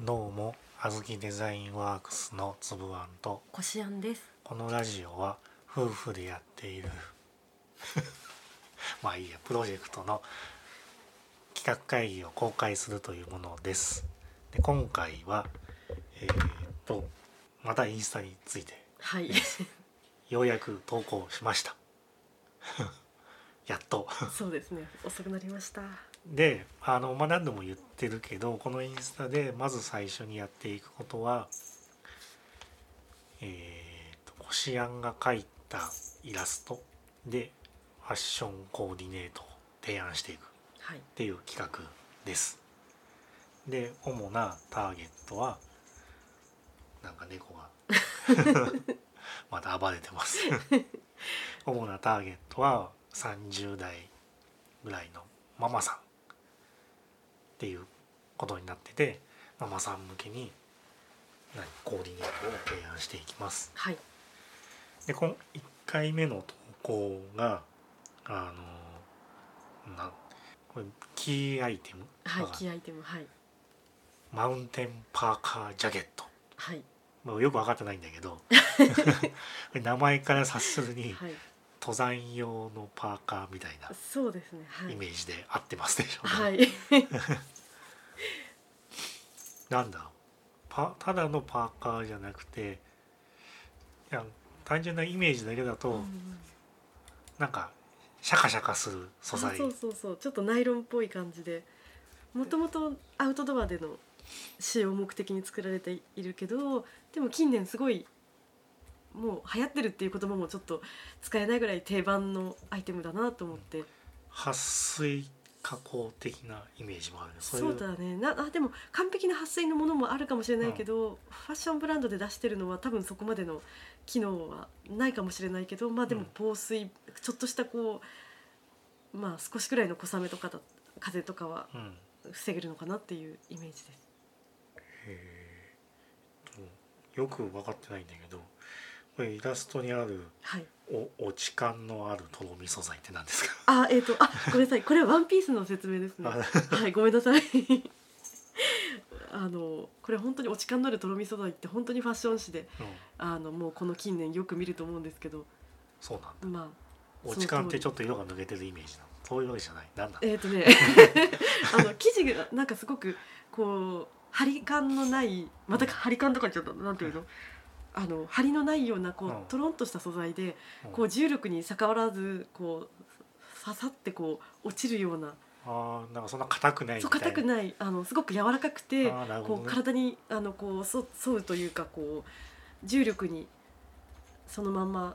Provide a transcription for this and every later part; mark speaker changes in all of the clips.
Speaker 1: どうもあずきデザインワークスのつぶあんと
Speaker 2: こしあんです。
Speaker 1: このラジオは夫婦でやっている まあいいやプロジェクトの企画会議を公開するというものですで今回はえーっとまたインスタについて
Speaker 2: はい。
Speaker 1: ようやく投稿しました やっと
Speaker 2: そうですね。遅くなりました。
Speaker 1: であの、まあ、何度も言ってるけどこのインスタでまず最初にやっていくことはえー、とこしあんが描いたイラストでファッションコーディネートを提案していくっ
Speaker 2: はい。
Speaker 1: ていう企画です。で主なターゲットはなんか猫がまた暴れてます主なターゲットは30代ぐらいのママさんっていうことになっててママさん向けに何コーディネートを提案していきます
Speaker 2: はい。
Speaker 1: でこの1回目の投稿があのなこれキーアイテム、
Speaker 2: はい
Speaker 1: だ。から
Speaker 2: キーアイテム。はい。
Speaker 1: マウンテンパーカージャケット、
Speaker 2: はい。
Speaker 1: まあ、よく分かってないんだけ どこれ名前から察するに
Speaker 2: はい。
Speaker 1: 登山用のパーカーみたいな
Speaker 2: そうですね。は
Speaker 1: イ
Speaker 2: い
Speaker 1: メ。ージで合ってますでしょうか、
Speaker 2: はい。
Speaker 1: なんだろうパただのパーカーじゃなくていや単純なイメージだけだと、
Speaker 2: うんうん
Speaker 1: なんかシャカシャカする素
Speaker 2: あ
Speaker 1: 材
Speaker 2: そうそうそう。ちょっとナイロンっぽい感じで。もともとアウトドアでの使用目的に作られているけどでも近年すごいもう流行ってるっていう言葉もちょっと使えないぐらい定番のアイテムだなと思って
Speaker 1: 撥水加工的なイメージもあるね
Speaker 2: そ
Speaker 1: いう
Speaker 2: だねなあでも完璧な撥水のものもあるかもしれないけど、ファッションブランドで出してるのは多分そこまでの機能はないかもしれないけどまあで
Speaker 1: う
Speaker 2: も
Speaker 1: ん
Speaker 2: 防水、ちょっとしたこうまあ少しくらいの小雨とかだ風とかは
Speaker 1: うん
Speaker 2: 防げるのかなっていうイメージです。
Speaker 1: へーよく分かってないんだけどこれイラストにある
Speaker 2: はい、
Speaker 1: お落ち感のあるとろみ素材って何ですか
Speaker 2: あえっ、とあごめんなさいこれはワンピースの説明で すね。
Speaker 1: あ
Speaker 2: はいごめんなさい。あのこれ本当に落ち感のあるとろみ素材って本当にファッション誌で
Speaker 1: うん、
Speaker 2: あのもうこの近年よく見ると思うんですけど
Speaker 1: そうなんだ
Speaker 2: まあ
Speaker 1: 落ち感ってちょっと色が抜けてるイメージなのそういうわけじゃないなんだ
Speaker 2: えっ、とねあの生地がなんかすごくこう張り感のないまた張り感とか言っちゃったなんていうのあの張りのないようなこ
Speaker 1: うん
Speaker 2: うトロンとした素材で
Speaker 1: うん
Speaker 2: こう重力に逆らわずこう刺さってこう落ちるような
Speaker 1: あーなんかそんな硬くないみ
Speaker 2: そう
Speaker 1: たいな
Speaker 2: 硬くないあのすごく柔らかくて
Speaker 1: あーなるほ
Speaker 2: こ
Speaker 1: ど
Speaker 2: う
Speaker 1: ね
Speaker 2: 体にあのこうそ沿うというかこう重力にそのまんま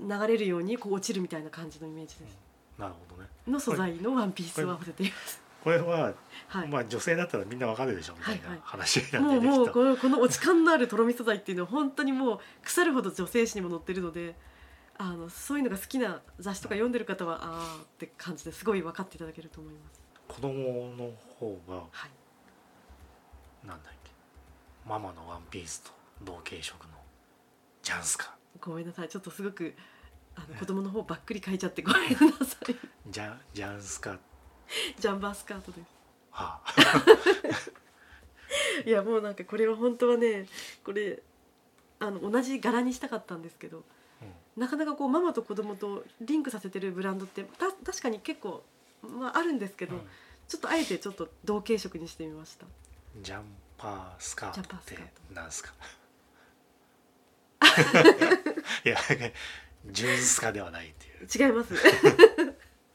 Speaker 2: 流れるようにこう落ちるみたいな感じのイメージです。
Speaker 1: なるほどね
Speaker 2: の素材のワンピースはホテています。
Speaker 1: これは、
Speaker 2: はい。
Speaker 1: まあ女性だったらみんなわかるでしょみたい
Speaker 2: はい
Speaker 1: な
Speaker 2: はい
Speaker 1: 話にな
Speaker 2: も
Speaker 1: って
Speaker 2: う
Speaker 1: ね
Speaker 2: も
Speaker 1: き
Speaker 2: う
Speaker 1: っ
Speaker 2: ことのこの落ち感のあるとろみ素材っていうのは本当にもう腐るほど女性誌にも載ってるのであのそういうのが好きな雑誌とか読んでる方はああって感じですごい分かっていただけると思います。
Speaker 1: 子供の方が
Speaker 2: はい、
Speaker 1: なんだっけママのワンピースと同系色のジャンスカ
Speaker 2: ごめんなさいちょっとすごくあの
Speaker 1: ね
Speaker 2: 子供の方ばっくり書いちゃってごめんなさい
Speaker 1: ジャジャンスカは
Speaker 2: ジャンバースカートで
Speaker 1: あ
Speaker 2: すいやもうなんかこれは本当はねこれあの同じ柄にしたかったんですけど
Speaker 1: う
Speaker 2: なかなかこうママと子供とリンクさせてるブランドってた確かに結構、まあ、あるんですけど、
Speaker 1: ん
Speaker 2: ちょっとあえてちょっと同系色にしてみました。
Speaker 1: うんジャンパースカートって
Speaker 2: ジャンパースカ
Speaker 1: なんすかいや純スカではないっていう
Speaker 2: 違い ます。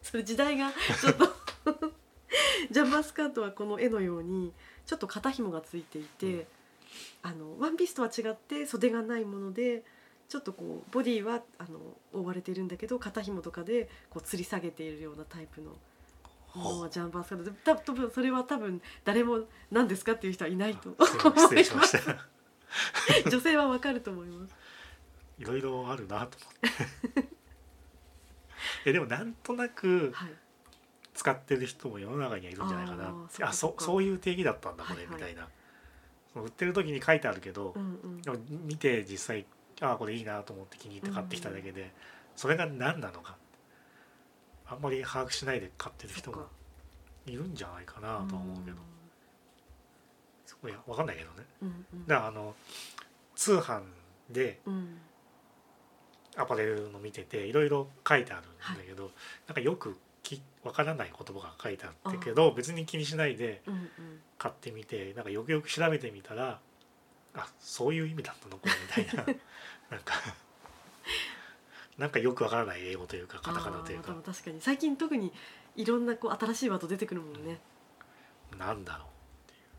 Speaker 2: それ時代がちょっと ジャンバースカートはこの絵のようにちょっと肩紐がついていて、
Speaker 1: うん
Speaker 2: あのワンピースとは違って袖がないものでちょっとこうボディはあの覆われているんだけど肩紐とかでこう吊り下げているようなタイプの。ものはジャンバースカートでた多分それは多分誰も何ですかっていう人はいないと
Speaker 1: あすいません失礼 しました
Speaker 2: 女性はわかると思います。
Speaker 1: いろいろあるなと思ってえでもなんとなく
Speaker 2: はい、
Speaker 1: 使ってる人も世の中にはいるんじゃないかな
Speaker 2: あ
Speaker 1: っ
Speaker 2: ーそ
Speaker 1: て
Speaker 2: っ
Speaker 1: あ
Speaker 2: か
Speaker 1: そ
Speaker 2: そっか
Speaker 1: そういう定義だったんだこれ、
Speaker 2: はいはい
Speaker 1: みたいなその売ってる時に書いてあるけど、
Speaker 2: うんうん、
Speaker 1: でも見て実際ああこれいいなと思って気に入って買ってきただけで、それが何なのかあんまり把握しないで買ってる人
Speaker 2: そっ
Speaker 1: も
Speaker 2: か
Speaker 1: いるんじゃないかなとは思うけど
Speaker 2: んそっ
Speaker 1: い
Speaker 2: か
Speaker 1: やわかんないけどね
Speaker 2: うんうん
Speaker 1: だからあの通販で
Speaker 2: うん
Speaker 1: アパレルの見てていろいろ書いてあるんだけど、なんかよくきわからない言葉が書いてあったけど別に気にしないで
Speaker 2: うんうん
Speaker 1: 買ってみてなんかよくよく調べてみたらあそういう意味だったのこれみた いななんかなんかよくわからない英語というかカタカナという
Speaker 2: あ
Speaker 1: か
Speaker 2: ーまあ確かに最近特にいろんなこう新しいワード出てくるもんね、
Speaker 1: なんだろうっていう、ね、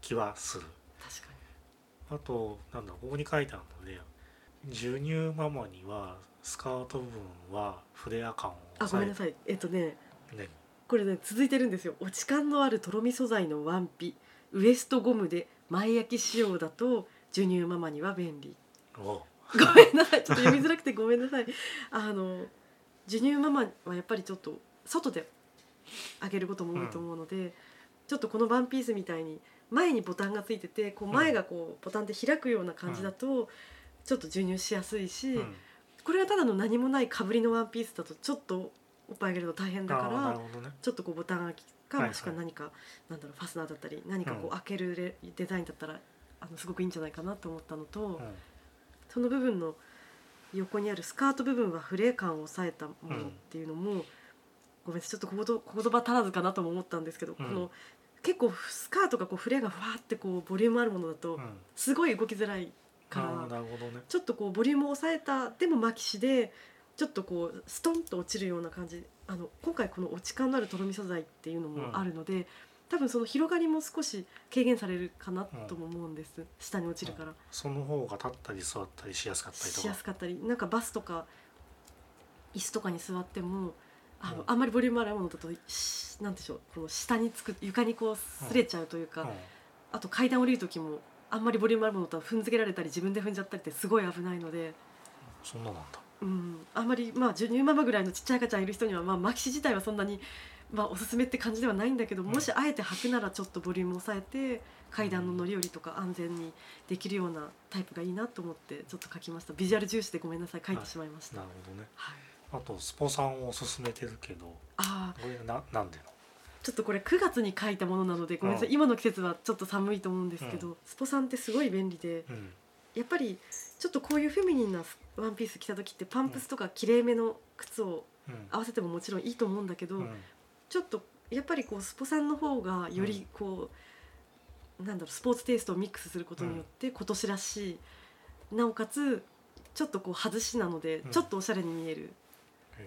Speaker 1: 気はする。
Speaker 2: 確か
Speaker 1: あとなんだここに書いてあるので授乳ママにはスカート部分はフレア感を
Speaker 2: にあごめんな
Speaker 1: え
Speaker 2: さいえっとね
Speaker 1: 何
Speaker 2: これね続いてるんですよ落ち感のあるとろみ素材のワンピウエストゴムで前焼き仕様だと授乳ママには便利
Speaker 1: を
Speaker 2: ごめんなさいちょっと読みづらくてごめんなさいあの授乳ママはやっぱりちょっと外であげることも多いと思うので、ちょっとこのワンピースみたいに前にボタンがついててこう前がこうボタンで開くような感じだと、ちょっと授乳しやすいし、
Speaker 1: うん
Speaker 2: これがただの何もないかぶりのワンピースだとちょっとおっぱいあげるの大変だか
Speaker 1: あーな
Speaker 2: ら
Speaker 1: るほどね
Speaker 2: ちょっとこうボタン開き
Speaker 1: は
Speaker 2: か
Speaker 1: いはい
Speaker 2: もしくは何か、なんだろうファスナーだったり何かこ
Speaker 1: うん
Speaker 2: う開けるレデザインだったらあのすごくいいんじゃないかなと思ったのと。
Speaker 1: うん
Speaker 2: その部分の横にあるスカート部分はフレー感を抑えたものっていうのも、ごめんなさいちょっと言葉言葉足らずかなとも思ったんですけど、
Speaker 1: うん
Speaker 2: この結構スカートがこうフレーがふわってこうボリュームあるものだと
Speaker 1: うん
Speaker 2: すごい動きづらいか
Speaker 1: あー
Speaker 2: ら、
Speaker 1: なるほどね
Speaker 2: ちょっとこうボリュームを抑えたでもマキシでちょっとこうストンと落ちるような感じあの今回この落ち感のあるとろみ素材っていうのもあるので、多分その広がりも少し軽減されるかなとも思うんです、下に落ちるから。
Speaker 1: その方が立ったり座ったりしやすかったりと
Speaker 2: し
Speaker 1: か
Speaker 2: やすかったりなんかバスとか椅子とかに座ってもあの、
Speaker 1: うん
Speaker 2: あんまりボリュームあるものだとしなんでしょうこの下につく床にこう擦れちゃうというか、
Speaker 1: うん
Speaker 2: あと階段降りる時もあんまりボリュームあるものだと踏んづけられたり自分で踏んじゃったりってすごい危ないので、
Speaker 1: そんななんだ
Speaker 2: うん、あんまりまあ授乳ママぐらいのちっちゃい赤ちゃんいる人には、まあ、マキシ自体はそんなに、まあ、おすすめって感じではないんだけど、
Speaker 1: うん
Speaker 2: もしあえて履くならちょっとボリュームを抑えて階段の乗り降りとか安全にできるようなタイプがいいなと思ってちょっと書きましたビジュアル重視でごめんなさい書いてしまいました。
Speaker 1: なるほどね
Speaker 2: はい、
Speaker 1: あとスポさんを勧めてるけどこ
Speaker 2: ああ
Speaker 1: れななんでの
Speaker 2: ちょっとこれ9月に書いたものなのでごめんなさい、
Speaker 1: うん
Speaker 2: 今の季節はちょっと寒いと思うんですけど、
Speaker 1: う
Speaker 2: スポさんってすごい便利で
Speaker 1: うん
Speaker 2: やっぱりちょっとこういうフェミニンなワンピース着た時ってパンプスとかきれいめの靴を
Speaker 1: うん
Speaker 2: 合わせてももちろんいいと思うんだけど、
Speaker 1: うん
Speaker 2: ちょっとやっぱりこうスポさんの方がよりこう、なんだろうスポーツテイストをミックスすることによって今年らしいなおかつちょっとこう外しなので、
Speaker 1: うん
Speaker 2: ちょっとおしゃれに見える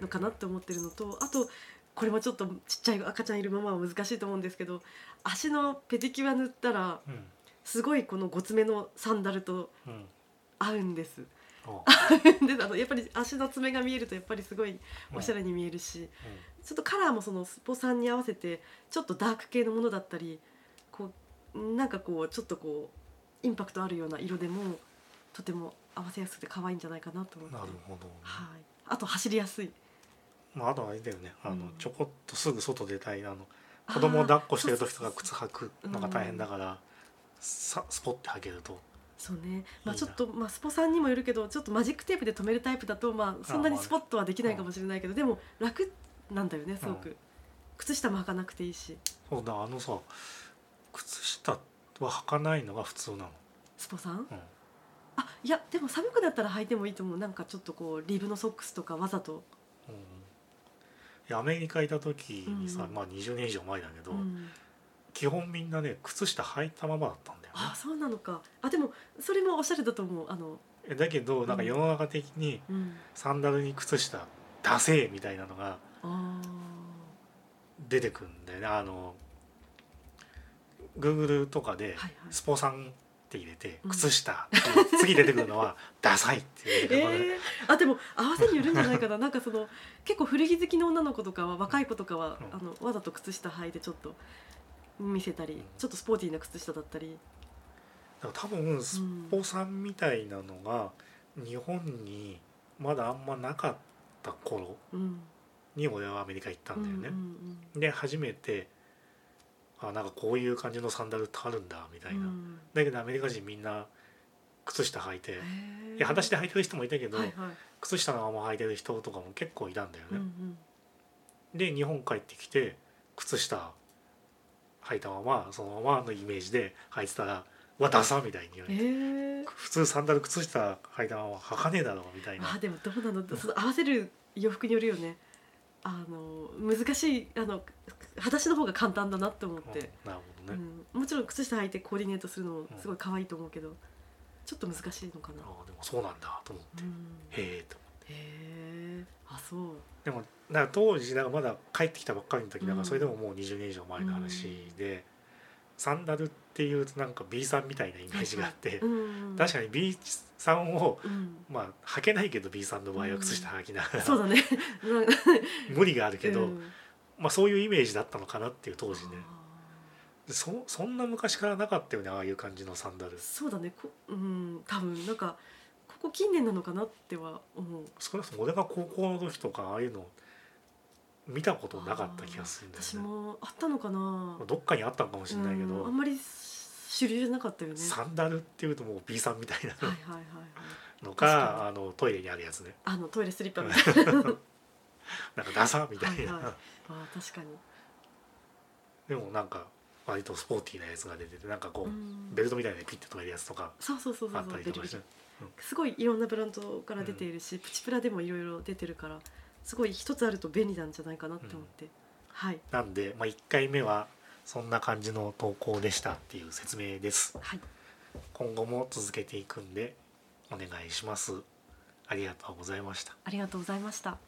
Speaker 2: のかなって思ってるのとあとこれもちょっとちっちゃい赤ちゃんいるままは難しいと思うんですけど足のペディキュア塗ったら
Speaker 1: うん
Speaker 2: すごいこのごつめのサンダルと
Speaker 1: うん
Speaker 2: 合うんです。
Speaker 1: お
Speaker 2: であのやっぱり足の爪が見えるとやっぱりすごいおしゃれに見えるし、ちょっとカラーもそのスポさんに合わせてちょっとダーク系のものだったりこうなんかこうちょっとこうインパクトあるような色でもとても合わせやすくて可愛いんじゃないかなと思
Speaker 1: う
Speaker 2: っ
Speaker 1: ん
Speaker 2: て
Speaker 1: なるほどね
Speaker 2: はい、あと走りやすい
Speaker 1: まあ、あとあれだよねあの、
Speaker 2: うん
Speaker 1: ちょこっとすぐ外出たいあの子供を抱っこしてる時とか
Speaker 2: あー
Speaker 1: 靴履くのが大変だから、さスポッて履けると
Speaker 2: そうね、まあ、
Speaker 1: いい
Speaker 2: ちょ
Speaker 1: な
Speaker 2: っとまあ、スポさんにもよるけどちょっとマジックテープで止めるタイプだと、まあ、そんなにスポットはできないかもしれないけど、でも楽なんだよねすごく、
Speaker 1: うん
Speaker 2: 靴下も履かなくていいし
Speaker 1: そうだあのさ靴下は履かないのが普通なの、
Speaker 2: スポさ
Speaker 1: う
Speaker 2: ん
Speaker 1: ん、
Speaker 2: あいやでも寒くなったら履いてもいいと思うなんかちょっとこうリブのソックスとかわざと、
Speaker 1: うんいやアメリカいた時にさ、
Speaker 2: うん
Speaker 1: まあ20年以上前だけど、
Speaker 2: うん
Speaker 1: 基本みんなね靴下履いたままだったんだよね
Speaker 2: あそうなのかあでもそれもおしゃれだと思うあの、
Speaker 1: えだけどなんか世の中的に
Speaker 2: うん、
Speaker 1: サンダルに靴下ダセえみたいなのが
Speaker 2: あ
Speaker 1: 出てくるんだよねあの Google とかで
Speaker 2: はいはい
Speaker 1: スポさんって入れて
Speaker 2: うん
Speaker 1: 靴下って次出てくるの はダサいっていう出
Speaker 2: え
Speaker 1: てくる
Speaker 2: ー、あでも合わせによるんじゃないかななんかその結構古着好きの女の子とかは若い子とかは、
Speaker 1: うん
Speaker 2: あのわざと靴下履いてちょっと見せたり、
Speaker 1: うん
Speaker 2: ちょっとスポーティーな靴下だったり、
Speaker 1: だから多分スポさんみたいなのが日本にまだあんまなかった頃
Speaker 2: うん、
Speaker 1: に俺はアメリカ行ったんだよね。
Speaker 2: うんうん
Speaker 1: で初めてあなんかこういう感じのサンダルってあるんだみたい
Speaker 2: うん
Speaker 1: な。
Speaker 2: うん
Speaker 1: だけどアメリカ人みんな靴下履いて
Speaker 2: へ。ー
Speaker 1: いや裸足で履いてる人もいたけど、
Speaker 2: はいはい
Speaker 1: 靴下のまま履いてる人とかも結構いたんだよね。
Speaker 2: うんうん
Speaker 1: で日本帰ってきて靴下履いたままそのままのイメージで履いてたら「わダサ」みたいに言わ
Speaker 2: え
Speaker 1: れて
Speaker 2: ー、
Speaker 1: 普通サンダル靴下履いたまま履かねえだろうみたいな
Speaker 2: あでもどうなのその合わせる洋服によるよねあの難しいあの裸足の方が簡単だなって思っ
Speaker 1: うん
Speaker 2: て、
Speaker 1: なるほどね、
Speaker 2: うん、もちろん靴下履いてコーディネートするのもすごい可愛いと思うけどちょっと難しいのかな、
Speaker 1: ああでもそうなんだと思っ
Speaker 2: う
Speaker 1: て、
Speaker 2: ん、へ
Speaker 1: へえと思って
Speaker 2: えあそう
Speaker 1: でもだから当時だからまだ帰ってきたばっかりの時だか
Speaker 2: うん
Speaker 1: らそれでももう20年以上前の話で、サンダルっていうとなんか B さんみたいなイメージがあって、
Speaker 2: うん
Speaker 1: 確かに B さんを
Speaker 2: うん
Speaker 1: まあ履けないけど B さんの場合は靴下履きながら、
Speaker 2: そうだねなんか
Speaker 1: 無理があ るけど、
Speaker 2: うん
Speaker 1: まあ、そういうイメージだったのかなっていう当時ね
Speaker 2: あ
Speaker 1: そそんな昔からなかったよねああいう感じのサンダル
Speaker 2: ーそうだねこうん多分なんかここ近年なのかなっては思う
Speaker 1: 少なくとも俺が高校の時とかああいうの見たことなかった気がするんだ
Speaker 2: 私
Speaker 1: よね
Speaker 2: もあったのかな
Speaker 1: まあどっかにあったのかもしれないけど、
Speaker 2: うんあんまり主流じゃなかったよね
Speaker 1: サンダルっていうともう B さんみたい
Speaker 2: はい
Speaker 1: な
Speaker 2: はいはいはい
Speaker 1: の
Speaker 2: 確かに
Speaker 1: かあのトイレにあるやつね
Speaker 2: あのトイレスリッパみたいな
Speaker 1: なんかダサみたいな、
Speaker 2: はいはあー確かに、
Speaker 1: でもなんか割とスポーティーなやつが出ててなんかこう、
Speaker 2: うん
Speaker 1: ベルトみたいなのでピッて止めるやつとか
Speaker 2: そうそうそうそ
Speaker 1: あ
Speaker 2: う
Speaker 1: っ
Speaker 2: そ
Speaker 1: た
Speaker 2: う
Speaker 1: り
Speaker 2: ベ
Speaker 1: とか
Speaker 2: ルベ
Speaker 1: し
Speaker 2: ル
Speaker 1: て、
Speaker 2: すごいいろんなブランドから出ているし、プチプラでもいろいろ出てるからすごい一つあると便利なんじゃないかなって思って、はい
Speaker 1: なんで、まあ、1回目はそんな感じの投稿でしたっていう説明です
Speaker 2: はい
Speaker 1: 今後も続けていくんでお願いしますありがとうございました
Speaker 2: ありがとうございました